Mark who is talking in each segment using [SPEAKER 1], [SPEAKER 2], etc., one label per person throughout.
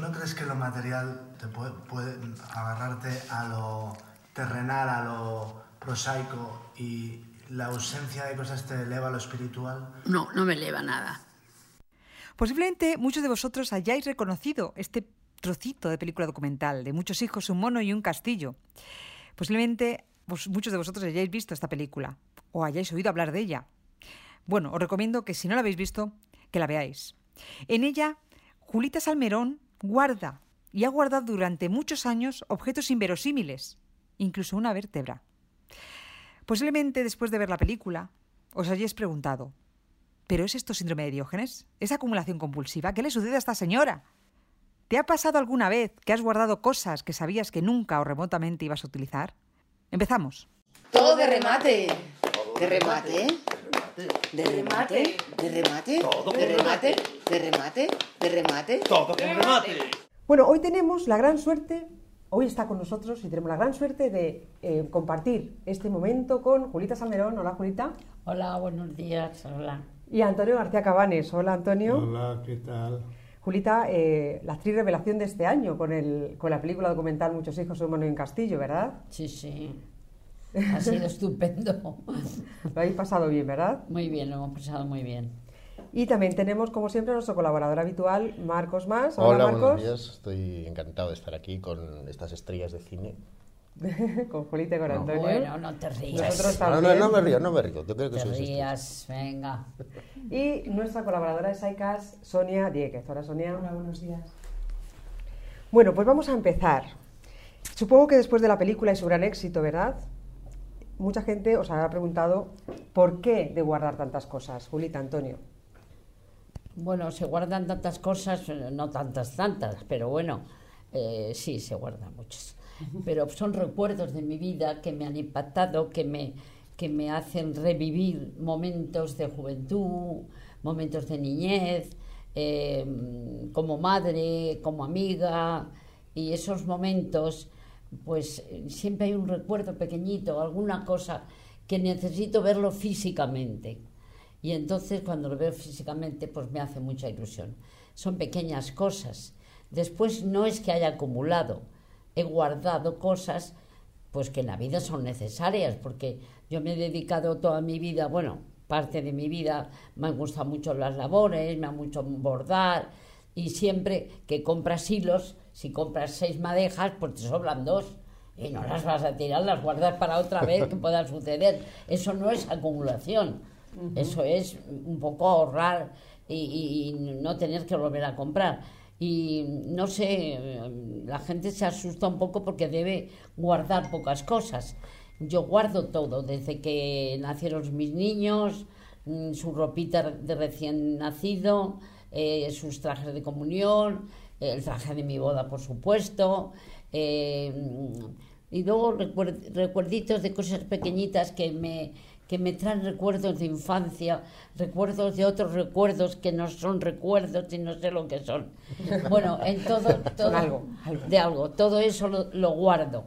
[SPEAKER 1] no crees que lo material te puede, puede agarrarte a lo terrenal, a lo prosaico y la ausencia de cosas te eleva a lo espiritual?
[SPEAKER 2] No, no me eleva nada.
[SPEAKER 3] Posiblemente muchos de vosotros hayáis reconocido este trocito de película documental de muchos hijos, un mono y un castillo. Posiblemente vos, muchos de vosotros hayáis visto esta película o hayáis oído hablar de ella. Bueno, os recomiendo que si no la habéis visto, que la veáis. En ella, Julita Salmerón guarda y ha guardado durante muchos años objetos inverosímiles, incluso una vértebra. Posiblemente después de ver la película, os hayáis preguntado, ¿pero es esto síndrome de Diógenes? ¿Es acumulación compulsiva? ¿Qué le sucede a esta señora? ¿Te ha pasado alguna vez que has guardado cosas que sabías que nunca o remotamente ibas a utilizar? Empezamos.
[SPEAKER 4] Todo de remate. De remate. ¿eh? De remate. De remate. De remate. De remate. De remate.
[SPEAKER 5] Todo con remate.
[SPEAKER 6] Bueno, hoy tenemos la gran suerte, hoy está con nosotros y tenemos la gran suerte de eh, compartir este momento con Julita Salmerón. Hola, Julita.
[SPEAKER 7] Hola, buenos días. Hola.
[SPEAKER 6] Y Antonio García Cabanes. Hola, Antonio.
[SPEAKER 8] Hola, ¿qué tal?
[SPEAKER 6] Julita, eh, la actriz revelación de este año con, el, con la película documental Muchos hijos, un mono y un castillo, ¿verdad?
[SPEAKER 7] Sí, sí. Ha sido estupendo.
[SPEAKER 6] Lo habéis pasado bien, ¿verdad?
[SPEAKER 7] Muy bien, lo hemos pasado muy bien.
[SPEAKER 6] Y también tenemos, como siempre, a nuestro colaborador habitual, Marcos Más.
[SPEAKER 9] Hola,
[SPEAKER 6] Hola, Marcos.
[SPEAKER 9] buenos días. Estoy encantado de estar aquí con estas estrellas de cine.
[SPEAKER 6] con Julita y con
[SPEAKER 9] No.
[SPEAKER 6] Antonio.
[SPEAKER 7] Bueno, no te rías.
[SPEAKER 6] Nosotros
[SPEAKER 9] No,
[SPEAKER 6] también.
[SPEAKER 9] no, no me río, no me río. Yo creo que
[SPEAKER 7] te
[SPEAKER 9] sois estrellas.
[SPEAKER 7] rías, venga.
[SPEAKER 6] Y nuestra colaboradora de SAICAS, Sonia Dieguez. Hola, Sonia.
[SPEAKER 10] Hola, buenos días.
[SPEAKER 6] Bueno, pues vamos a empezar. Supongo que después de la película y su gran éxito, ¿verdad? Mucha gente os habrá preguntado por qué de guardar tantas cosas, Julita, Antonio.
[SPEAKER 7] Bueno, se guardan tantas cosas, eh, no tantas, tantas, pero bueno, eh, sí, se guardan muchas. Pero son recuerdos de mi vida que me han impactado, que me, que me hacen revivir momentos de juventud, momentos de niñez, eh, como madre, como amiga, y esos momentos, pues eh, siempre hay un recuerdo pequeñito, alguna cosa que necesito verlo físicamente. Y entonces cuando lo veo físicamente, pues me hace mucha ilusión. Son pequeñas cosas. Después no es que haya acumulado, he guardado cosas pues que en la vida son necesarias, porque yo me he dedicado toda mi vida, bueno, parte de mi vida, me han gustado mucho las labores, me ha mucho bordar, y siempre que compras hilos, si compras seis madejas, pues te sobran dos. Y no las vas a tirar, las guardas para otra vez que pueda suceder. Eso no es acumulación. Eso es un poco ahorrar y, y- y no tener que volver a comprar. Y no sé, eh, la gente se asusta un poco porque debe guardar pocas cosas. Yo guardo todo, desde que nacieron mis niños, mm, su ropita de recién nacido, eh, sus trajes de comunión, el traje de mi boda, por supuesto. eh, y luego recuer- recuerditos de cosas pequeñitas que me, que me traen recuerdos de infancia, recuerdos de otros recuerdos que no son recuerdos y no sé lo que son. Bueno, en todo, todo
[SPEAKER 6] algo, algo.
[SPEAKER 7] de algo, todo eso lo, lo guardo.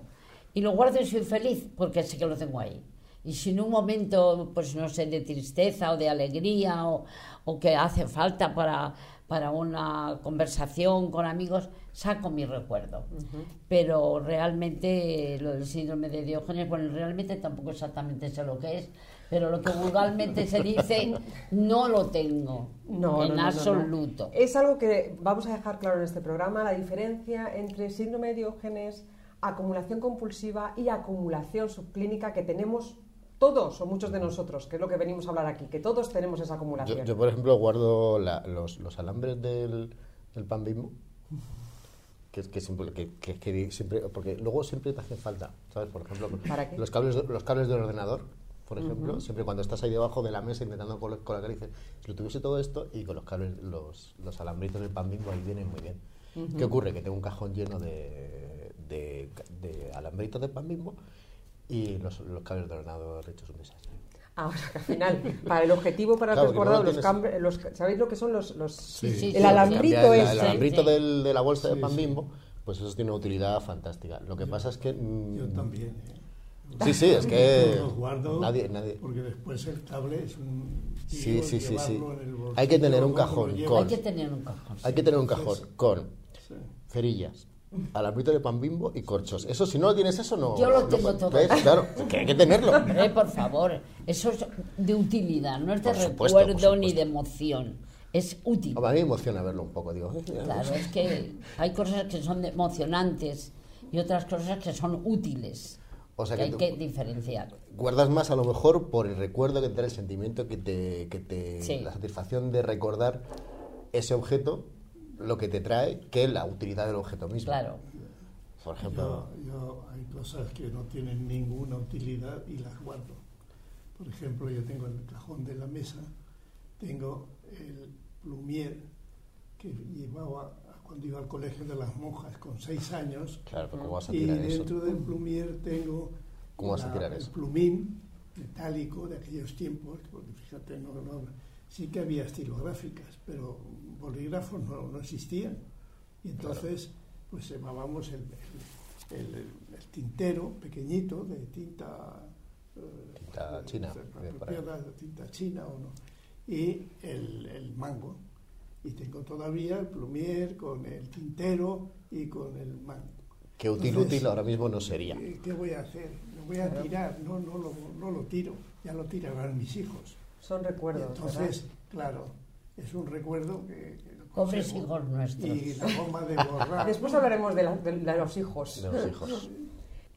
[SPEAKER 7] Y lo guardo y soy feliz porque sé que lo tengo ahí. Y si en un momento, pues no sé, de tristeza o de alegría o, o que hace falta para, para una conversación con amigos, saco mi recuerdo. Pero realmente eh, lo del síndrome de Diógenes, bueno, realmente tampoco exactamente sé lo que es, pero lo que vulgarmente se dice, no lo tengo
[SPEAKER 6] No,
[SPEAKER 7] en
[SPEAKER 6] no, no, no, no.
[SPEAKER 7] absoluto.
[SPEAKER 6] Es algo que vamos a dejar claro en este programa, la diferencia entre síndrome de Diógenes, acumulación compulsiva y acumulación subclínica que tenemos todos o muchos de nosotros, que es lo que venimos a hablar aquí, que todos tenemos esa acumulación.
[SPEAKER 9] Yo, yo, por ejemplo, guardo la- los, los alambres del, del pan bimbo. Que, es que, siempre, que, que- que siempre- porque luego siempre te hacen falta, ¿sabes? Por ejemplo,
[SPEAKER 6] ¿Para qué?
[SPEAKER 9] los cables, los cables del ordenador, por ejemplo, siempre cuando estás ahí debajo de la mesa intentando col- colocar, dices, si lo tuviese todo esto y con los cables, los, los alambritos del pan bimbo ahí vienen muy bien. ¿Qué ocurre? Que tengo un cajón lleno de, de, de alambritos de pan bimbo y los, los cables del ordenador hechos un desastre.
[SPEAKER 6] Ah, o sea, que al final, para el objetivo para el
[SPEAKER 9] Claro,
[SPEAKER 6] que
[SPEAKER 9] que
[SPEAKER 6] os guardado,
[SPEAKER 9] no
[SPEAKER 6] los,
[SPEAKER 9] tienes-
[SPEAKER 6] cam- los- ¿sabéis lo que son los, los-
[SPEAKER 7] sí,
[SPEAKER 6] el
[SPEAKER 7] sí,
[SPEAKER 6] alambrito
[SPEAKER 9] cambiar el-
[SPEAKER 6] este?
[SPEAKER 9] El alambrito
[SPEAKER 7] Sí.
[SPEAKER 9] del- de la bolsa de
[SPEAKER 8] Sí,
[SPEAKER 9] pan
[SPEAKER 8] sí.
[SPEAKER 9] bimbo, pues eso tiene una utilidad fantástica. Lo que pasa es que... mm,
[SPEAKER 8] Yo también. ¿eh?
[SPEAKER 9] Sí, sí, es que...
[SPEAKER 8] Los guardo
[SPEAKER 9] Eh, Nadie, nadie...
[SPEAKER 8] porque después el cable es un...
[SPEAKER 9] Sí,
[SPEAKER 8] lío
[SPEAKER 9] sí, sí, sí.
[SPEAKER 8] llevarlo en el
[SPEAKER 9] Hay que
[SPEAKER 8] bolsillo,
[SPEAKER 9] tener un
[SPEAKER 8] ¿cómo lo
[SPEAKER 9] cajón
[SPEAKER 8] llevas?
[SPEAKER 9] con-
[SPEAKER 7] Hay que tener un cajón.
[SPEAKER 9] Hay que tener un cajón con
[SPEAKER 8] Sí.
[SPEAKER 9] cerillas, alambrito de pan bimbo y corchos. Eso, si no lo tienes eso, no...
[SPEAKER 7] Yo lo
[SPEAKER 9] no
[SPEAKER 7] tengo
[SPEAKER 9] puedes-
[SPEAKER 7] todo.
[SPEAKER 9] ¿ves? Claro, que hay que tenerlo.
[SPEAKER 7] Hombre, Eh, por favor, eso es de utilidad, no es de
[SPEAKER 9] Por supuesto, por
[SPEAKER 7] recuerdo ni
[SPEAKER 9] supuesto. Ah,
[SPEAKER 7] de emoción, es útil.
[SPEAKER 9] A mí me emociona verlo un poco, digo.
[SPEAKER 7] Claro, es que hay cosas que son emocionantes y otras cosas que son útiles,
[SPEAKER 9] O sea
[SPEAKER 7] que
[SPEAKER 9] que
[SPEAKER 7] hay
[SPEAKER 9] tú-
[SPEAKER 7] que diferenciar.
[SPEAKER 9] Guardas más a lo mejor por el recuerdo que te da el sentimiento que te, que te
[SPEAKER 7] Sí.
[SPEAKER 9] la satisfacción de recordar ese objeto, lo que te trae, que la utilidad del objeto mismo.
[SPEAKER 7] Claro,
[SPEAKER 9] Por ejemplo,
[SPEAKER 8] Yo, yo- hay cosas que no tienen ninguna utilidad y las guardo. Por ejemplo, yo tengo en el cajón de la mesa, tengo el plumier que llevaba cuando iba al colegio de las monjas con seis años.
[SPEAKER 9] claro, pero ¿cómo vas a
[SPEAKER 8] Y
[SPEAKER 9] tirar eso?
[SPEAKER 8] dentro del plumier tengo
[SPEAKER 9] ¿Cómo vas a tirar
[SPEAKER 8] el
[SPEAKER 9] eso?
[SPEAKER 8] plumín metálico de aquellos tiempos, porque fíjate, no, no- sí que había estilográficas, pero bolígrafos no, no existían. Y entonces, pues llevábamos el, el- el- el tintero pequeñito de tinta... eh,
[SPEAKER 9] Tinta
[SPEAKER 8] eh,
[SPEAKER 9] china,
[SPEAKER 8] la
[SPEAKER 9] de por
[SPEAKER 8] propia la tinta china o no. Y el, el mango. Y tengo todavía el plumier con el tintero y con el mango.
[SPEAKER 9] Que útil,
[SPEAKER 8] Entonces, eh,
[SPEAKER 9] útil ahora mismo no sería.
[SPEAKER 8] ¿Qué, qué voy a hacer? Lo voy a tirar, no, no, lo, no lo tiro, ya lo tirarán mis hijos.
[SPEAKER 6] Son
[SPEAKER 8] Y
[SPEAKER 6] recuerdos,
[SPEAKER 8] entonces, claro, es un recuerdo que... que lo
[SPEAKER 7] pobres
[SPEAKER 8] conservo.
[SPEAKER 7] hijos nuestros.
[SPEAKER 8] Y la goma de borrar.
[SPEAKER 6] ¿verdad? Después hablaremos de, la- de- de los hijos.
[SPEAKER 9] De los hijos.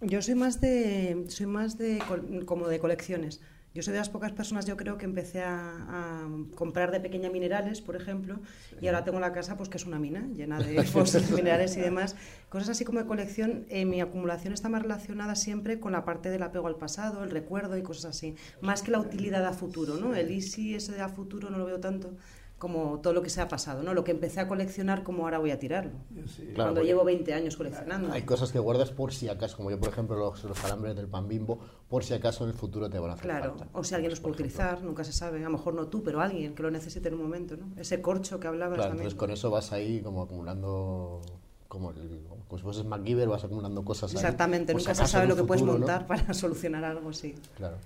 [SPEAKER 2] Yo soy más de, soy más de col- como de colecciones. Yo soy de las pocas personas, yo creo, que empecé a, a comprar de pequeña minerales, por ejemplo, y ahora tengo la casa, pues que es una mina llena de fósiles, minerales y demás. Cosas así como de colección, eh, mi acumulación está más relacionada siempre con la parte del apego al pasado, el recuerdo y cosas así, más que la utilidad a futuro, ¿no? El y si ese de a futuro no lo veo tanto como todo lo que se ha pasado, ¿no? Lo que empecé a coleccionar, como ahora voy a tirarlo.
[SPEAKER 8] Yo sí.
[SPEAKER 9] Claro,
[SPEAKER 2] cuando
[SPEAKER 9] porque-
[SPEAKER 2] llevo 20 años coleccionando.
[SPEAKER 9] Hay cosas que guardas por si acaso, como yo, por ejemplo, los, los alambres del pan bimbo, por si acaso en el futuro te van a hacer
[SPEAKER 2] Claro,
[SPEAKER 9] falta.
[SPEAKER 2] o si alguien los
[SPEAKER 9] Por
[SPEAKER 2] puede
[SPEAKER 9] ejemplo.
[SPEAKER 2] utilizar, nunca se sabe. A lo mejor no tú, pero alguien que lo necesite en un momento, ¿no? Ese corcho que hablabas
[SPEAKER 9] Claro,
[SPEAKER 2] también.
[SPEAKER 9] entonces con eso vas ahí como acumulando, como, el- como si fueses MacGyver, vas acumulando cosas ahí,
[SPEAKER 2] Exactamente,
[SPEAKER 9] por si
[SPEAKER 2] nunca se
[SPEAKER 9] acaso
[SPEAKER 2] sabe
[SPEAKER 9] en
[SPEAKER 2] lo
[SPEAKER 9] un
[SPEAKER 2] que puedes
[SPEAKER 9] futuro, ¿no?
[SPEAKER 2] montar para solucionar algo, sí.
[SPEAKER 9] Claro,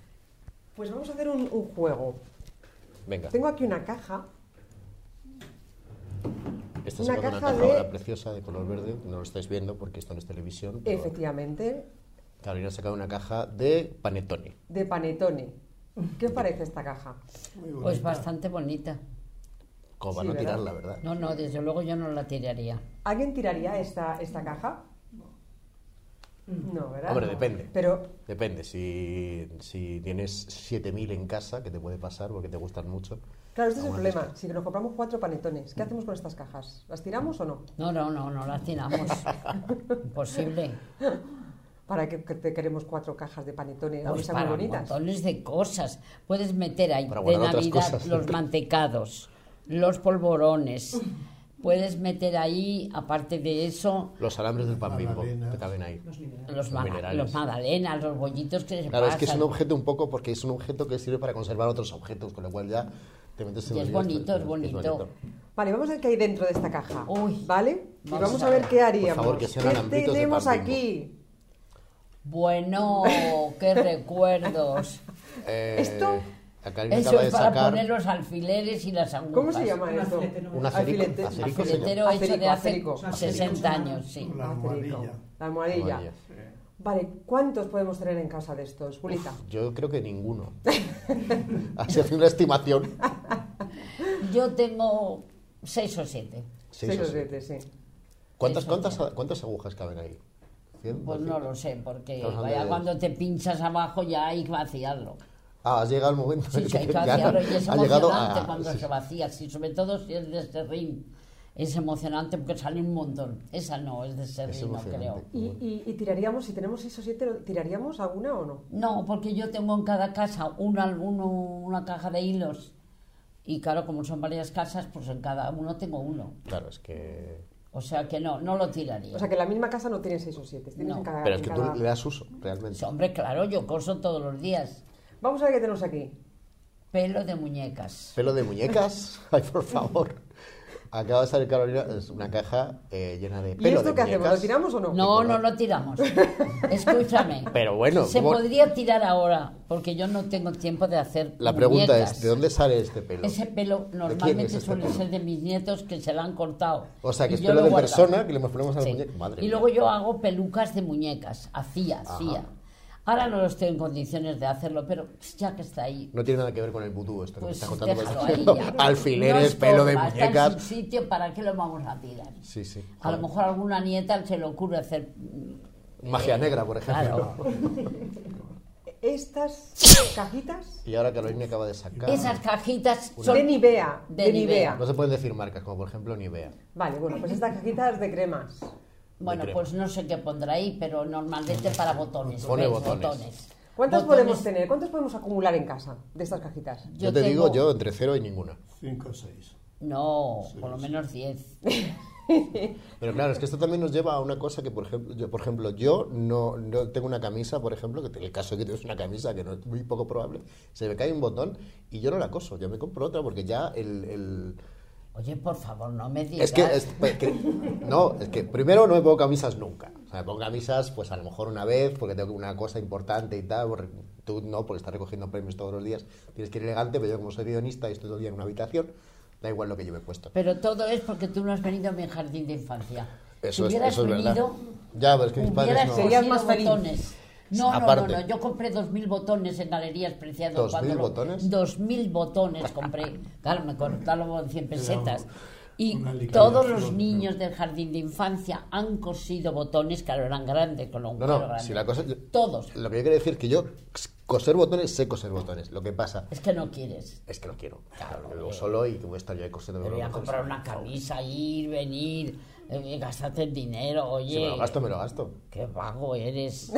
[SPEAKER 6] Pues vamos a hacer un, un juego.
[SPEAKER 9] venga.
[SPEAKER 6] Tengo aquí una caja.
[SPEAKER 9] Esta
[SPEAKER 6] una
[SPEAKER 9] es una
[SPEAKER 6] caja
[SPEAKER 9] caja
[SPEAKER 6] de-
[SPEAKER 9] ahora preciosa de color verde, no lo estáis viendo porque esto no es televisión. pero
[SPEAKER 6] Efectivamente,
[SPEAKER 9] Carolina ha sacado una caja de panettone.
[SPEAKER 6] de Panettone. ¿Qué os parece esta caja?
[SPEAKER 8] Muy bonita.
[SPEAKER 7] Pues bastante bonita.
[SPEAKER 9] Como para
[SPEAKER 6] Sí,
[SPEAKER 9] no
[SPEAKER 6] ¿verdad?
[SPEAKER 9] tirarla, ¿verdad?
[SPEAKER 7] No, no, desde luego yo no la tiraría.
[SPEAKER 6] ¿Alguien tiraría esta, esta caja? No, ¿verdad?
[SPEAKER 9] Hombre,
[SPEAKER 6] No.
[SPEAKER 9] depende.
[SPEAKER 6] Pero
[SPEAKER 9] Depende, si, si tienes 7.000 en casa, que te puede pasar porque te gustan mucho.
[SPEAKER 6] Claro, este es el
[SPEAKER 9] Algunas
[SPEAKER 6] problema. Si nos compramos cuatro panetones, ¿qué hacemos con estas cajas? ¿Las tiramos o no?
[SPEAKER 7] No, no, no, no la tiramos. Imposible.
[SPEAKER 6] ¿Para qué que te queremos cuatro cajas de panetones?
[SPEAKER 7] Pues
[SPEAKER 6] Aunque sean
[SPEAKER 7] para
[SPEAKER 6] muy bonitas.
[SPEAKER 7] montones de cosas. Puedes meter ahí
[SPEAKER 9] Para
[SPEAKER 7] de
[SPEAKER 9] guardar otras
[SPEAKER 7] Navidad
[SPEAKER 9] cosas.
[SPEAKER 7] los mantecados, los polvorones. Puedes meter ahí, aparte de eso,
[SPEAKER 9] Los alambres del pan bimbo,
[SPEAKER 8] Magdalenas.
[SPEAKER 9] que también hay.
[SPEAKER 7] Ah, los, ma-
[SPEAKER 9] minerales.
[SPEAKER 7] los magdalenas, los bollitos que les
[SPEAKER 9] Claro, es que es
[SPEAKER 7] pasan.
[SPEAKER 9] un objeto un poco, porque es un objeto que sirve para conservar otros objetos, con lo cual ya te metes en
[SPEAKER 7] Y
[SPEAKER 9] un
[SPEAKER 7] es
[SPEAKER 9] lío,
[SPEAKER 7] bonito, es
[SPEAKER 9] es
[SPEAKER 7] bonito.
[SPEAKER 6] Vale, vamos a ver qué hay dentro de esta caja.
[SPEAKER 7] Uy.
[SPEAKER 6] ¿Vale? Y
[SPEAKER 7] Vamos
[SPEAKER 6] vamos
[SPEAKER 7] a
[SPEAKER 6] a ver
[SPEAKER 7] ver.
[SPEAKER 6] qué haríamos.
[SPEAKER 9] Por favor, que sean
[SPEAKER 6] ¿Qué
[SPEAKER 9] alambritos de
[SPEAKER 6] tenemos
[SPEAKER 9] pan bimbo.
[SPEAKER 6] aquí?
[SPEAKER 7] Bueno, qué recuerdos.
[SPEAKER 9] Eh,
[SPEAKER 6] Esto-
[SPEAKER 9] La Karina
[SPEAKER 7] Eso
[SPEAKER 9] acaba
[SPEAKER 7] es
[SPEAKER 9] de
[SPEAKER 7] para
[SPEAKER 9] sacar
[SPEAKER 7] poner los alfileres y las agujas.
[SPEAKER 6] ¿Cómo se llama esto?
[SPEAKER 9] un acerico.
[SPEAKER 6] Alfilete.
[SPEAKER 9] acerico se
[SPEAKER 7] Alfiletero
[SPEAKER 9] llama.
[SPEAKER 7] hecho de hace
[SPEAKER 6] Acerico, acerico.
[SPEAKER 7] 60 años, sí.
[SPEAKER 8] Con la
[SPEAKER 6] Acerico.
[SPEAKER 8] almohadilla.
[SPEAKER 6] Ah, La almohadilla.
[SPEAKER 9] Amarilla.
[SPEAKER 6] Vale, ¿cuántos podemos tener en casa de estos, Julita?
[SPEAKER 9] Yo creo que ninguno. Así hace una estimación.
[SPEAKER 7] Yo tengo 6 o 7.
[SPEAKER 9] Seis o
[SPEAKER 6] o
[SPEAKER 9] siete.
[SPEAKER 6] siete, sí.
[SPEAKER 9] ¿Cuántas,
[SPEAKER 7] Seis o
[SPEAKER 9] cuántas, cuántas agujas caben ahí? ¿Cien?
[SPEAKER 7] Pues no
[SPEAKER 9] ¿Doscientas?
[SPEAKER 7] lo sé, porque
[SPEAKER 9] Estamos hablando
[SPEAKER 7] vaya,
[SPEAKER 9] de-
[SPEAKER 7] cuando te pinchas abajo ya hay que vaciarlo.
[SPEAKER 9] Ah, has llegado el momento.
[SPEAKER 7] Sí,
[SPEAKER 9] en
[SPEAKER 7] sí, hay que
[SPEAKER 9] ya
[SPEAKER 7] vaciarlo y es
[SPEAKER 9] ha llegado
[SPEAKER 7] emocionante
[SPEAKER 9] a-
[SPEAKER 7] cuando
[SPEAKER 9] sí,
[SPEAKER 7] se vacía, sí, sobre todo si es de serrín. Es emocionante porque sale un montón. Esa no, es de serrín, no creo.
[SPEAKER 9] emocionante.
[SPEAKER 6] ¿Y, y, y tiraríamos, si tenemos seis o siete, ¿tiraríamos alguna o no?
[SPEAKER 7] No, porque yo tengo en cada casa una, uno- una caja de hilos. Y claro, como son varias casas, pues en cada uno tengo uno.
[SPEAKER 9] Claro, es que...
[SPEAKER 7] O sea que no, no lo tiraría.
[SPEAKER 6] O sea, que en la misma casa no tienen seis o siete. tienes
[SPEAKER 7] Ah, No.
[SPEAKER 6] en cada-
[SPEAKER 9] Pero es que
[SPEAKER 6] en
[SPEAKER 9] tú
[SPEAKER 6] cada-
[SPEAKER 9] le das uso, realmente.
[SPEAKER 7] Sí, Hombre, claro, yo coso todos los días.
[SPEAKER 6] Vamos a ver qué tenemos aquí.
[SPEAKER 7] Pelo de muñecas.
[SPEAKER 9] Pelo de muñecas, ay, por favor. Acaba de salir Carolina, es una caja eh, llena de
[SPEAKER 6] ¿Y
[SPEAKER 9] pelo
[SPEAKER 6] esto
[SPEAKER 9] de
[SPEAKER 6] qué hacemos? ¿Lo
[SPEAKER 9] muñecas.
[SPEAKER 6] tiramos o no?
[SPEAKER 7] No, no lo tiramos. Escúchame.
[SPEAKER 9] Pero bueno,
[SPEAKER 7] Se
[SPEAKER 9] ¿cómo-
[SPEAKER 7] podría tirar ahora, porque yo no tengo tiempo de hacer.
[SPEAKER 9] La pregunta
[SPEAKER 7] muñecas.
[SPEAKER 9] es, ¿de dónde sale este pelo?
[SPEAKER 7] Ese pelo
[SPEAKER 9] quién
[SPEAKER 7] normalmente
[SPEAKER 9] es este
[SPEAKER 7] suele
[SPEAKER 9] pelo?
[SPEAKER 7] ser de mis nietos que se la han cortado.
[SPEAKER 9] O sea,
[SPEAKER 7] Y
[SPEAKER 9] que es
[SPEAKER 7] yo
[SPEAKER 9] pelo
[SPEAKER 7] lo
[SPEAKER 9] de
[SPEAKER 7] guardo.
[SPEAKER 9] persona que le ponemos a la
[SPEAKER 7] Sí.
[SPEAKER 9] muñeca. Madre
[SPEAKER 7] y
[SPEAKER 9] mía.
[SPEAKER 7] luego yo hago pelucas de muñecas. Hacía,
[SPEAKER 9] Ajá.
[SPEAKER 7] hacía. Ahora no estoy en condiciones de hacerlo, pero ya que está ahí.
[SPEAKER 9] No tiene nada que ver con el vudú esto que me
[SPEAKER 7] Pues
[SPEAKER 9] estás contando.
[SPEAKER 7] déjalo
[SPEAKER 9] porque-
[SPEAKER 7] ahí ya. No
[SPEAKER 9] Alfileres,
[SPEAKER 7] es
[SPEAKER 9] pelo de
[SPEAKER 7] forma, está en
[SPEAKER 9] muñecas.
[SPEAKER 7] su sitio, ¿para qué lo vamos a tirar?
[SPEAKER 9] Sí, sí.
[SPEAKER 7] A lo mejor a alguna nieta se le ocurre hacer.
[SPEAKER 9] Magia negra, por ejemplo.
[SPEAKER 7] Eh, Claro.
[SPEAKER 6] Estas cajitas
[SPEAKER 9] Y ahora Carolina acaba de sacar...
[SPEAKER 7] Esas cajitas
[SPEAKER 9] Una-
[SPEAKER 7] son
[SPEAKER 6] de Nivea.
[SPEAKER 7] De
[SPEAKER 6] De,
[SPEAKER 7] Nivea.
[SPEAKER 6] Nivea.
[SPEAKER 9] No se pueden decir marcas, como por ejemplo Nivea.
[SPEAKER 6] Vale, bueno, pues estas cajitas de cremas.
[SPEAKER 7] Bueno,
[SPEAKER 9] crema.
[SPEAKER 7] pues no sé qué pondrá ahí, pero normalmente para botones.
[SPEAKER 9] Pone
[SPEAKER 7] ¿ves?
[SPEAKER 9] botones.
[SPEAKER 6] ¿Cuántas
[SPEAKER 7] Botones.
[SPEAKER 6] podemos tener? ¿Cuántas podemos acumular en casa de estas cajitas?
[SPEAKER 9] Yo, te
[SPEAKER 7] tengo-
[SPEAKER 9] digo, yo entre cero y ninguna.
[SPEAKER 8] Cinco o seis.
[SPEAKER 7] No, por lo menos 10.
[SPEAKER 9] Pero claro, es que esto también nos lleva a una cosa que, por ejemplo, yo, por ejemplo, yo no, no tengo una camisa, por ejemplo, que en el caso de que tienes una camisa, que no es muy poco probable, se me cae un botón y yo no la coso, yo me compro otra porque ya el... el-
[SPEAKER 7] Oye, por favor, no me digas.
[SPEAKER 9] Es que, es- pues, que- no, es que primero no me pongo camisas nunca. O sea, me pongo camisas, pues a lo mejor una vez, porque tengo una cosa importante y tal. porque Tú no, porque estás recogiendo premios todos los días. Tienes que ir elegante, pero yo como soy guionista y estoy todo el día en una habitación, da igual lo que yo me he puesto.
[SPEAKER 7] Pero todo es porque tú no has venido a mi jardín de infancia.
[SPEAKER 9] Eso
[SPEAKER 7] si
[SPEAKER 9] es-
[SPEAKER 7] hubieras
[SPEAKER 9] eso es verdad.
[SPEAKER 7] venido,
[SPEAKER 9] Ya, pero es que mis padres
[SPEAKER 7] hubieras
[SPEAKER 9] no-
[SPEAKER 7] cogido
[SPEAKER 6] Serías más feliz.
[SPEAKER 7] botones. No, no, no,
[SPEAKER 9] Aparte.
[SPEAKER 7] no, yo compré dos mil botones en Galerías Preciado.
[SPEAKER 9] ¿Dos
[SPEAKER 7] cuando
[SPEAKER 9] mil
[SPEAKER 7] lo-
[SPEAKER 9] botones?
[SPEAKER 7] Dos mil botones compré. Claro, me cortaron 100 pesetas. Y
[SPEAKER 8] una licaña
[SPEAKER 7] todos
[SPEAKER 8] flor,
[SPEAKER 7] los
[SPEAKER 8] ¿no?
[SPEAKER 7] niños del jardín de infancia han cosido botones, claro, eran grandes, con un
[SPEAKER 9] No,
[SPEAKER 7] agujero
[SPEAKER 9] no,
[SPEAKER 7] grande.
[SPEAKER 9] si la cosa...
[SPEAKER 7] Todos.
[SPEAKER 9] Lo que yo quiero decir es que yo coser botones, sé coser botones. Lo que pasa
[SPEAKER 7] Es que no quieres.
[SPEAKER 9] es que no quiero. Claro, que vivo solo y que voy a estar yo ahí cosiendo
[SPEAKER 7] Te voy a
[SPEAKER 9] botones.
[SPEAKER 7] comprar una camisa, ir, venir, eh, gastarte el dinero, oye.
[SPEAKER 9] Si me lo gasto, me lo gasto.
[SPEAKER 7] Qué vago eres.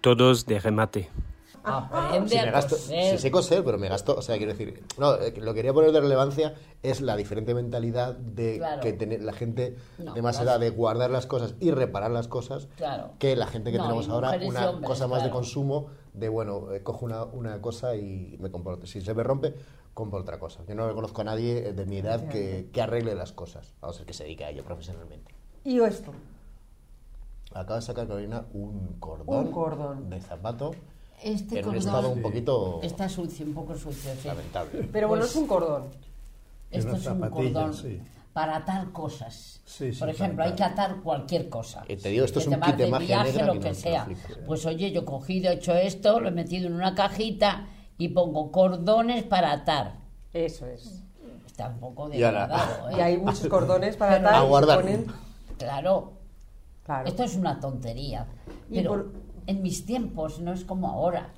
[SPEAKER 5] Todos de remate.
[SPEAKER 7] Aprende
[SPEAKER 9] Ah, Si
[SPEAKER 7] a
[SPEAKER 9] me gasto,
[SPEAKER 7] coser.
[SPEAKER 9] sí sé coser, pero me gasto, o sea, quiero decir, no, eh, lo que quería poner de relevancia es la diferente mentalidad de
[SPEAKER 7] Claro.
[SPEAKER 9] que tiene la gente
[SPEAKER 7] No,
[SPEAKER 9] de más
[SPEAKER 7] claro.
[SPEAKER 9] edad de guardar las cosas y reparar las cosas
[SPEAKER 7] Claro.
[SPEAKER 9] que la gente que
[SPEAKER 7] No,
[SPEAKER 9] tenemos
[SPEAKER 7] y
[SPEAKER 9] ahora,
[SPEAKER 7] mujeres y
[SPEAKER 9] una
[SPEAKER 7] hombres,
[SPEAKER 9] cosa más de
[SPEAKER 7] claro.
[SPEAKER 9] consumo, de bueno, eh, cojo una, una cosa y me compro otra. Si se me rompe, compro otra cosa. Yo no conozco a nadie eh, de mi edad que, que arregle las cosas, a no ser que se dedique a ello profesionalmente.
[SPEAKER 6] Y esto.
[SPEAKER 9] Acaba de sacar Carolina un cordón,
[SPEAKER 6] Un cordón.
[SPEAKER 9] de zapato
[SPEAKER 7] Este
[SPEAKER 9] en un estado un
[SPEAKER 7] cordón
[SPEAKER 9] poquito
[SPEAKER 7] está sucio, un poco sucio, sí.
[SPEAKER 9] lamentable.
[SPEAKER 6] Pero bueno,
[SPEAKER 7] Pues-
[SPEAKER 6] es un cordón.
[SPEAKER 7] Esto
[SPEAKER 8] una
[SPEAKER 7] es un
[SPEAKER 8] zapatilla,
[SPEAKER 7] cordón
[SPEAKER 8] sí.
[SPEAKER 7] para atar cosas.
[SPEAKER 8] Sí, sí,
[SPEAKER 7] Por ejemplo,
[SPEAKER 8] para
[SPEAKER 7] hay que atar cualquier cosa.
[SPEAKER 9] Eh, te digo, esto
[SPEAKER 7] Que
[SPEAKER 9] es
[SPEAKER 7] te
[SPEAKER 9] un
[SPEAKER 7] vas
[SPEAKER 9] kit de magia
[SPEAKER 7] viaje,
[SPEAKER 9] negra
[SPEAKER 7] lo
[SPEAKER 9] que
[SPEAKER 7] que,
[SPEAKER 9] no- que
[SPEAKER 7] sea.
[SPEAKER 9] flipas.
[SPEAKER 7] Pues oye, yo he cogido, he hecho esto, lo he metido en una cajita y pongo cordones para atar.
[SPEAKER 6] Eso es.
[SPEAKER 7] Está un poco
[SPEAKER 9] Y ahora- ah.
[SPEAKER 7] degradado, ¿eh?
[SPEAKER 6] Y hay muchos cordones para
[SPEAKER 7] Pero-
[SPEAKER 6] atar. y
[SPEAKER 9] A
[SPEAKER 6] se
[SPEAKER 9] guardar.
[SPEAKER 6] ponen-
[SPEAKER 7] Claro,
[SPEAKER 6] Claro.
[SPEAKER 7] Esto es una tontería.
[SPEAKER 6] Y
[SPEAKER 7] Pero
[SPEAKER 6] por-
[SPEAKER 7] en mis tiempos no es como ahora.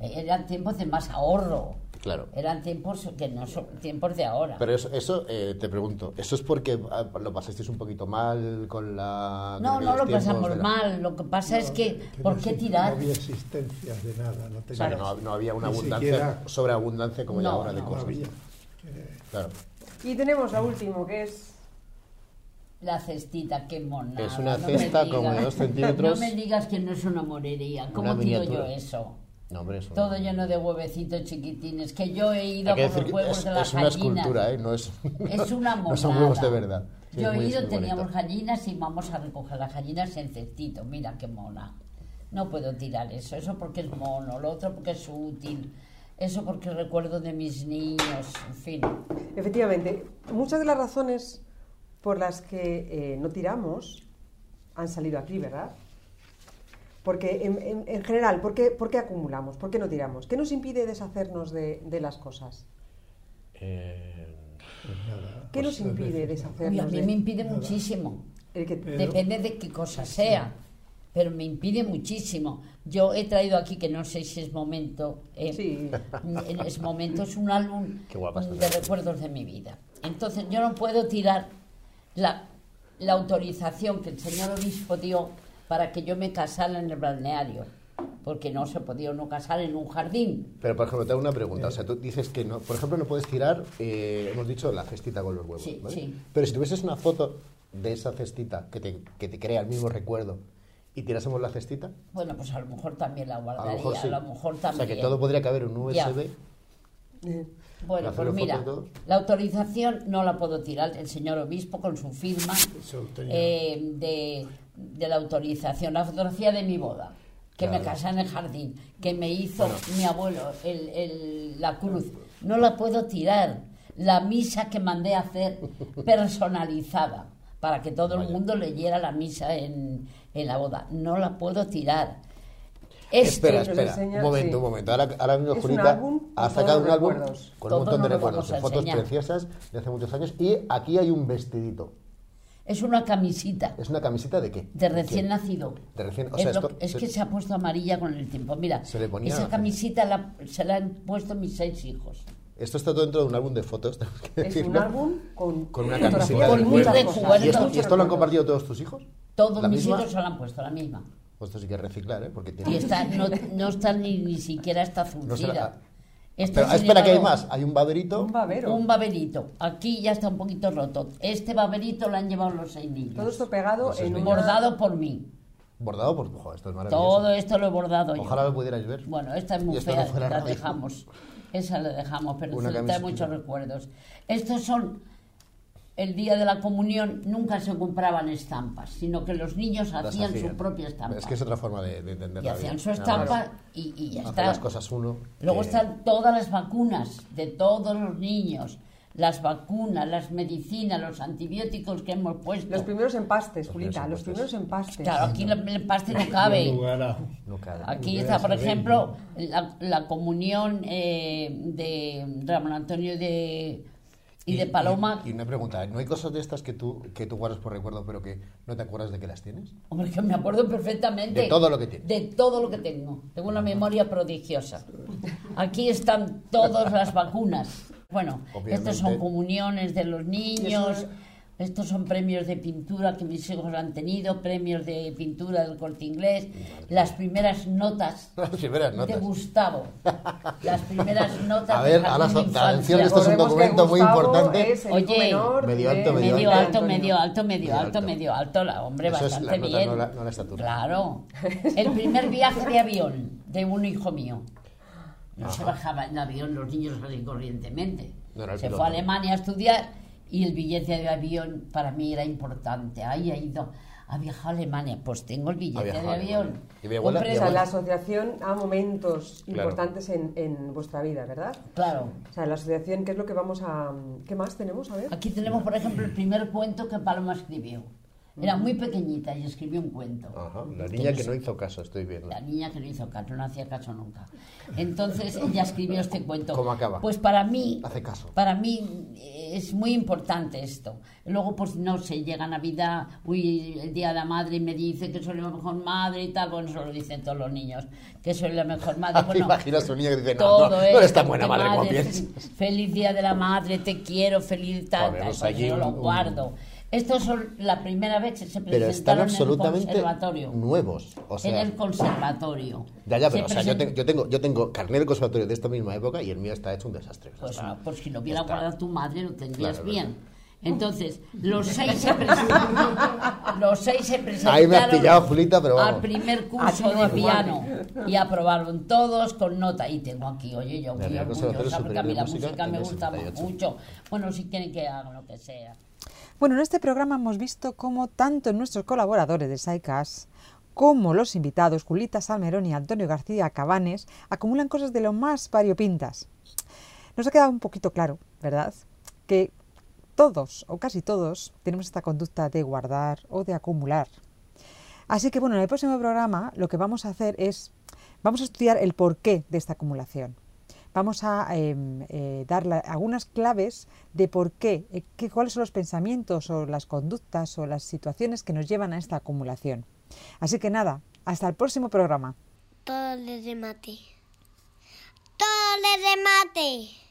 [SPEAKER 7] Eh, Eran tiempos de más ahorro.
[SPEAKER 9] Claro.
[SPEAKER 7] Eran tiempos que no son tiempos de ahora.
[SPEAKER 9] Pero eso, eso eh, te pregunto, ¿eso es porque ah, lo pasasteis un poquito mal con la...
[SPEAKER 7] no,
[SPEAKER 9] con
[SPEAKER 7] no
[SPEAKER 9] los
[SPEAKER 7] lo
[SPEAKER 9] tiempos de
[SPEAKER 7] pasamos
[SPEAKER 9] la-
[SPEAKER 7] mal. Lo que pasa es que,
[SPEAKER 8] Que
[SPEAKER 7] ¿por
[SPEAKER 8] no
[SPEAKER 7] qué
[SPEAKER 8] exist-
[SPEAKER 7] tirar?
[SPEAKER 8] No había existencias de nada. No
[SPEAKER 9] O sea, que
[SPEAKER 8] tenía-
[SPEAKER 9] no, no había una
[SPEAKER 8] ni
[SPEAKER 9] abundancia,
[SPEAKER 8] siquiera-
[SPEAKER 9] sobreabundancia como hay
[SPEAKER 7] No,
[SPEAKER 9] ahora de
[SPEAKER 7] no.
[SPEAKER 8] no
[SPEAKER 9] cosas.
[SPEAKER 8] había. Eh,
[SPEAKER 9] Claro.
[SPEAKER 6] Y tenemos la última, que es
[SPEAKER 7] La cestita, qué mona.
[SPEAKER 9] Es una cesta como de dos centímetros.
[SPEAKER 7] No me digas que no es una morería. ¿Cómo
[SPEAKER 9] Una
[SPEAKER 7] tiro yo
[SPEAKER 9] miniatura.
[SPEAKER 7] eso?
[SPEAKER 9] No, hombre, eso...
[SPEAKER 7] Todo lleno de huevecitos chiquitines. Que yo he ido a
[SPEAKER 9] Hay que
[SPEAKER 7] por
[SPEAKER 9] decir
[SPEAKER 7] los
[SPEAKER 9] que
[SPEAKER 7] huevos
[SPEAKER 9] es,
[SPEAKER 7] de las
[SPEAKER 9] es una
[SPEAKER 7] gallinas.
[SPEAKER 9] escultura, ¿eh? No es,
[SPEAKER 7] Es una monada.
[SPEAKER 9] No son huevos de verdad. Sí,
[SPEAKER 7] Yo
[SPEAKER 9] es muy-
[SPEAKER 7] he
[SPEAKER 9] es
[SPEAKER 7] ido,
[SPEAKER 9] muy bonito.
[SPEAKER 7] teníamos gallinas y vamos a recoger las gallinas en cestito. Mira qué mona. No puedo tirar eso. Eso porque es mono, lo otro porque es útil. Eso porque recuerdo de mis niños, en fin.
[SPEAKER 6] Efectivamente, muchas de las razones por las que eh, no tiramos han salido aquí, ¿verdad? Porque en, en- en general, ¿por qué, por qué acumulamos? ¿Por qué no tiramos? ¿Qué nos impide deshacernos de, de las cosas?
[SPEAKER 9] Eh,
[SPEAKER 8] pues nada,
[SPEAKER 6] ¿Qué nos
[SPEAKER 8] pues, a
[SPEAKER 6] impide
[SPEAKER 8] veces-
[SPEAKER 7] Uy, a
[SPEAKER 6] deshacernos
[SPEAKER 7] mí
[SPEAKER 6] de
[SPEAKER 7] me impide muchísimo.
[SPEAKER 6] el que-
[SPEAKER 8] Pero-
[SPEAKER 7] Depende de qué cosa sea, pero me impide muchísimo. Yo he traído aquí, que no sé si es momento, eh,
[SPEAKER 6] Sí.
[SPEAKER 7] n- es momento, es un álbum
[SPEAKER 9] Qué guapa estás.
[SPEAKER 7] de recuerdos de mi vida. Entonces yo no puedo tirar la, la autorización que el señor obispo dio para que yo me casara en el balneario, porque no se podía uno casar en un jardín.
[SPEAKER 9] Pero, por ejemplo, te hago una pregunta. O sea, tú dices que, no, por ejemplo, no puedes tirar, eh, hemos dicho, la cestita con los huevos.
[SPEAKER 7] Sí,
[SPEAKER 9] ¿vale?
[SPEAKER 7] sí.
[SPEAKER 9] Pero si tuvieses una foto de esa cestita que te, que te crea el mismo recuerdo y tirásemos la cestita,
[SPEAKER 7] Bueno, pues a lo mejor también la
[SPEAKER 9] a
[SPEAKER 7] guardaría,
[SPEAKER 9] lo mejor sí.
[SPEAKER 7] a lo mejor también.
[SPEAKER 9] O sea, que todo podría caber en un
[SPEAKER 7] Ya.
[SPEAKER 9] USB.
[SPEAKER 6] Eh,
[SPEAKER 7] Bueno,
[SPEAKER 9] hacer
[SPEAKER 7] pues
[SPEAKER 9] los
[SPEAKER 7] mira,
[SPEAKER 9] fotos y todo.
[SPEAKER 7] la autorización no la puedo tirar el señor obispo con su firma
[SPEAKER 8] Se obtenía.
[SPEAKER 7] eh, de, de la autorización, la fotografía de mi boda, que me
[SPEAKER 9] Claro.
[SPEAKER 7] casé en el jardín, que me hizo mi abuelo el, el- la cruz, no la puedo tirar. La misa que mandé a hacer personalizada para que todo el
[SPEAKER 9] Vaya.
[SPEAKER 7] mundo leyera la misa en, en la boda, no la puedo tirar. Esto
[SPEAKER 9] espera,
[SPEAKER 6] que
[SPEAKER 9] espera.
[SPEAKER 6] nos enseña,
[SPEAKER 9] un momento,
[SPEAKER 6] sí.
[SPEAKER 9] un momento. Ahora, ahora mismo
[SPEAKER 6] Es un
[SPEAKER 9] Julita
[SPEAKER 6] álbum
[SPEAKER 9] ha
[SPEAKER 6] con
[SPEAKER 9] sacado
[SPEAKER 6] todos
[SPEAKER 9] un
[SPEAKER 6] los
[SPEAKER 9] álbum
[SPEAKER 6] recuerdos.
[SPEAKER 9] con
[SPEAKER 7] Todos
[SPEAKER 9] un montón de
[SPEAKER 7] nos los
[SPEAKER 9] recuerdos,
[SPEAKER 7] vamos a
[SPEAKER 9] de fotos
[SPEAKER 7] enseñar.
[SPEAKER 9] preciosas de hace muchos años. Y aquí hay un vestidito.
[SPEAKER 7] es una camisita.
[SPEAKER 9] ¿Es una camiseta de qué?
[SPEAKER 7] De
[SPEAKER 9] quién?
[SPEAKER 7] recién nacido.
[SPEAKER 9] De recién- o
[SPEAKER 7] es,
[SPEAKER 9] sea,
[SPEAKER 7] lo-
[SPEAKER 9] esto-
[SPEAKER 7] es
[SPEAKER 9] se-
[SPEAKER 7] que se ha puesto amarilla con el tiempo. Mira,
[SPEAKER 9] Se le ponía-
[SPEAKER 7] esa camisita la- se la han puesto mis seis hijos.
[SPEAKER 9] Esto está todo dentro de un álbum de fotos, tenemos que
[SPEAKER 6] Es
[SPEAKER 9] decirlo.
[SPEAKER 6] un álbum con,
[SPEAKER 9] Con una
[SPEAKER 6] fotografías
[SPEAKER 9] camiseta
[SPEAKER 7] Con
[SPEAKER 9] de
[SPEAKER 6] de
[SPEAKER 7] muy
[SPEAKER 6] muchas
[SPEAKER 9] cuero.
[SPEAKER 7] recuerdo.
[SPEAKER 6] cosas.
[SPEAKER 9] ¿Y esto, y
[SPEAKER 6] Muchos
[SPEAKER 9] esto lo han
[SPEAKER 6] recuerdos.
[SPEAKER 9] compartido todos tus hijos?
[SPEAKER 7] Todos
[SPEAKER 9] ¿La
[SPEAKER 7] mis
[SPEAKER 9] misma?
[SPEAKER 7] hijos se la han puesto la misma.
[SPEAKER 9] Pues esto sí que es reciclar, ¿eh? Porque tiene...
[SPEAKER 7] Y está, no, no está ni, ni siquiera está
[SPEAKER 9] No se la-
[SPEAKER 7] fruncida. Este
[SPEAKER 9] Espera,
[SPEAKER 7] se
[SPEAKER 9] espera, que hay
[SPEAKER 7] llevaba
[SPEAKER 9] más. Hay un baberito.
[SPEAKER 6] Un babero.
[SPEAKER 7] Un baberito. Aquí ya está un poquito roto. Este baberito lo han llevado los seis niños.
[SPEAKER 6] Todo esto pegado
[SPEAKER 9] Pues es
[SPEAKER 6] en un
[SPEAKER 9] niños.
[SPEAKER 7] Bordado por mí.
[SPEAKER 9] Bordado por... Joder, esto es maravilloso.
[SPEAKER 7] Todo esto lo he bordado yo.
[SPEAKER 9] Ojalá lo pudierais ver.
[SPEAKER 7] Bueno, esta es muy
[SPEAKER 9] Y esto
[SPEAKER 7] fea,
[SPEAKER 9] no fuera
[SPEAKER 7] la
[SPEAKER 9] radio.
[SPEAKER 7] dejamos. Esa la dejamos, pero
[SPEAKER 9] Una
[SPEAKER 7] trae
[SPEAKER 9] camiseta.
[SPEAKER 7] muchos recuerdos. Estos son, el día de la comunión nunca se compraban estampas, sino que los niños
[SPEAKER 9] Las
[SPEAKER 7] hacían, su
[SPEAKER 9] hacían.
[SPEAKER 7] propia estampa.
[SPEAKER 9] Es que es otra forma de, de entender
[SPEAKER 7] y
[SPEAKER 9] la
[SPEAKER 7] hacían
[SPEAKER 9] vida.
[SPEAKER 7] su
[SPEAKER 9] Nada más.
[SPEAKER 7] estampa y, y ya
[SPEAKER 9] Hacer
[SPEAKER 7] está.
[SPEAKER 9] las cosas uno.
[SPEAKER 7] Luego
[SPEAKER 9] que-
[SPEAKER 7] están todas las vacunas de todos los niños. Las vacunas, las medicinas, los antibióticos que hemos puesto.
[SPEAKER 6] Los primeros empastes,
[SPEAKER 9] primeros
[SPEAKER 6] Julita, los
[SPEAKER 9] empastes.
[SPEAKER 6] primeros empastes.
[SPEAKER 7] claro, aquí el el paste no
[SPEAKER 8] En
[SPEAKER 7] cabe.
[SPEAKER 8] lugar a-
[SPEAKER 9] No cabe.
[SPEAKER 7] Aquí
[SPEAKER 8] Lo
[SPEAKER 7] está,
[SPEAKER 8] veas,
[SPEAKER 7] por
[SPEAKER 8] lo ves,
[SPEAKER 7] ejemplo, la, la comunión eh, de Ramón Antonio de, y de Paloma.
[SPEAKER 9] Y, y una pregunta, ¿no hay cosas de estas que tú, que tú guardas por recuerdo pero que no te acuerdas de que las tienes?
[SPEAKER 7] Hombre, que me acuerdo perfectamente.
[SPEAKER 9] De todo lo que tienes.
[SPEAKER 7] De todo lo que tengo. Tengo una memoria prodigiosa. Aquí están todas las vacunas. Bueno,
[SPEAKER 9] Obviamente.
[SPEAKER 7] estos son comuniones de los niños. Estos son premios de pintura que mis hijos han tenido, premios de pintura del corte inglés, las primeras notas
[SPEAKER 9] Las primeras notas.
[SPEAKER 7] de Gustavo. Las primeras notas
[SPEAKER 9] A ver,
[SPEAKER 7] de
[SPEAKER 9] ahora
[SPEAKER 7] jardín
[SPEAKER 9] son-
[SPEAKER 7] infantil.
[SPEAKER 9] atención, esto es un
[SPEAKER 6] Recordemos que
[SPEAKER 9] documento muy
[SPEAKER 6] Gustavo
[SPEAKER 9] importante.
[SPEAKER 6] es el
[SPEAKER 7] Oye,
[SPEAKER 6] hijo menor
[SPEAKER 9] medio
[SPEAKER 6] de-
[SPEAKER 9] alto, medio
[SPEAKER 7] Medio
[SPEAKER 9] alto.
[SPEAKER 7] alto, medio alto, medio alto,
[SPEAKER 9] Medio alto.
[SPEAKER 7] medio alto, la hombre
[SPEAKER 9] Eso es la
[SPEAKER 7] bastante
[SPEAKER 9] nota,
[SPEAKER 7] bien.
[SPEAKER 9] no la- no la estatura.
[SPEAKER 7] Claro. El primer viaje de avión de un hijo mío. No se bajaba en avión los niños así corrientemente.
[SPEAKER 9] No era el
[SPEAKER 7] se
[SPEAKER 9] piloto.
[SPEAKER 7] fue a Alemania a estudiar y el billete de avión para mí era importante. Ahí ha ido, ha viajado a Alemania, pues tengo el billete de
[SPEAKER 9] viajado a
[SPEAKER 7] avión.
[SPEAKER 9] Alemania. Y mi abuela-
[SPEAKER 7] Compre-
[SPEAKER 9] mi
[SPEAKER 6] O sea,
[SPEAKER 9] abuela-
[SPEAKER 6] la asociación a momentos
[SPEAKER 9] Claro.
[SPEAKER 6] importantes en, en vuestra vida, ¿verdad?
[SPEAKER 7] pues, Claro.
[SPEAKER 6] O sea, la asociación, ¿qué es lo que vamos a... ¿Qué más tenemos? A ver.
[SPEAKER 7] Aquí tenemos, por ejemplo, el primer cuento que Paloma escribió. Era muy pequeñita y escribió un cuento.
[SPEAKER 9] Ajá, la niña que no hizo caso, estoy viendo.
[SPEAKER 7] La niña que no hizo caso, no hacía caso nunca. Entonces ella escribió este cuento.
[SPEAKER 9] ¿Cómo acaba?
[SPEAKER 7] Pues para mí,
[SPEAKER 9] Hace caso.
[SPEAKER 7] para mí eh, es muy importante esto. Luego, pues no sé, llega Navidad, uy, el día de la madre y me dice que soy la mejor madre y tal. Bueno, eso lo dicen todos los niños, que soy la mejor madre.
[SPEAKER 9] Te
[SPEAKER 7] Bueno,
[SPEAKER 9] imaginas a un niño que dice, Este, no,
[SPEAKER 7] Ah, todo
[SPEAKER 9] no, no
[SPEAKER 7] es,
[SPEAKER 9] eres tan buena
[SPEAKER 7] de
[SPEAKER 9] madre como piensas.
[SPEAKER 7] Feliz día de la madre, te quiero, feliz tal,
[SPEAKER 9] Joder,
[SPEAKER 7] tal,
[SPEAKER 9] pues
[SPEAKER 7] pues
[SPEAKER 9] allí
[SPEAKER 7] yo lo
[SPEAKER 9] un-
[SPEAKER 7] guardo. Estos son la primera vez que se
[SPEAKER 9] Pero
[SPEAKER 7] presentaron
[SPEAKER 9] están
[SPEAKER 7] en el
[SPEAKER 9] absolutamente
[SPEAKER 7] conservatorio.
[SPEAKER 9] nuevos. O sea,
[SPEAKER 7] en el conservatorio.
[SPEAKER 9] ya, ya,
[SPEAKER 7] Se
[SPEAKER 9] pero o sea, yo,
[SPEAKER 7] present-
[SPEAKER 9] tengo, yo, tengo, yo tengo carnet de conservatorio de esta misma época y el mío está hecho un desastre. O sea,
[SPEAKER 7] Pues
[SPEAKER 9] está-
[SPEAKER 7] no, pues si lo hubiera
[SPEAKER 9] está-
[SPEAKER 7] guardado tu madre lo tendrías
[SPEAKER 9] Claro,
[SPEAKER 7] bien. Entonces, los seis se presentaron. los seis se presentaron.
[SPEAKER 9] Ahí me has pillado, Julita, pero
[SPEAKER 7] Al
[SPEAKER 9] vamos.
[SPEAKER 7] primer
[SPEAKER 6] Así
[SPEAKER 7] curso
[SPEAKER 6] no
[SPEAKER 7] de
[SPEAKER 6] es
[SPEAKER 7] piano. Y aprobaron todos con nota. Y tengo aquí, oye, yo muy
[SPEAKER 9] Real Conservatorio
[SPEAKER 7] orgullosa porque a
[SPEAKER 9] Superior
[SPEAKER 7] mí
[SPEAKER 9] de
[SPEAKER 7] la
[SPEAKER 9] Música
[SPEAKER 7] música
[SPEAKER 9] en
[SPEAKER 7] me
[SPEAKER 9] el
[SPEAKER 7] gusta
[SPEAKER 9] 78.
[SPEAKER 7] mucho. Bueno, si quieren que hagan lo que sea.
[SPEAKER 5] Bueno, en este programa hemos visto cómo tanto nuestros colaboradores del SAICAS como los invitados Julita Salmerón y Antonio García Cabanes acumulan cosas de lo más variopintas. Nos ha quedado un poquito claro, ¿verdad? Que todos o casi todos tenemos esta conducta de guardar o de acumular. Así que bueno, en el próximo programa lo que vamos a hacer es, vamos a estudiar el porqué de esta acumulación. Vamos a em, eh, dar la- algunas claves de por qué, eh, qué- cuáles son los pensamientos o las conductas o las situaciones que nos llevan a esta acumulación. Así que nada, hasta el próximo programa.
[SPEAKER 10] Todo le remate. Todo le remate.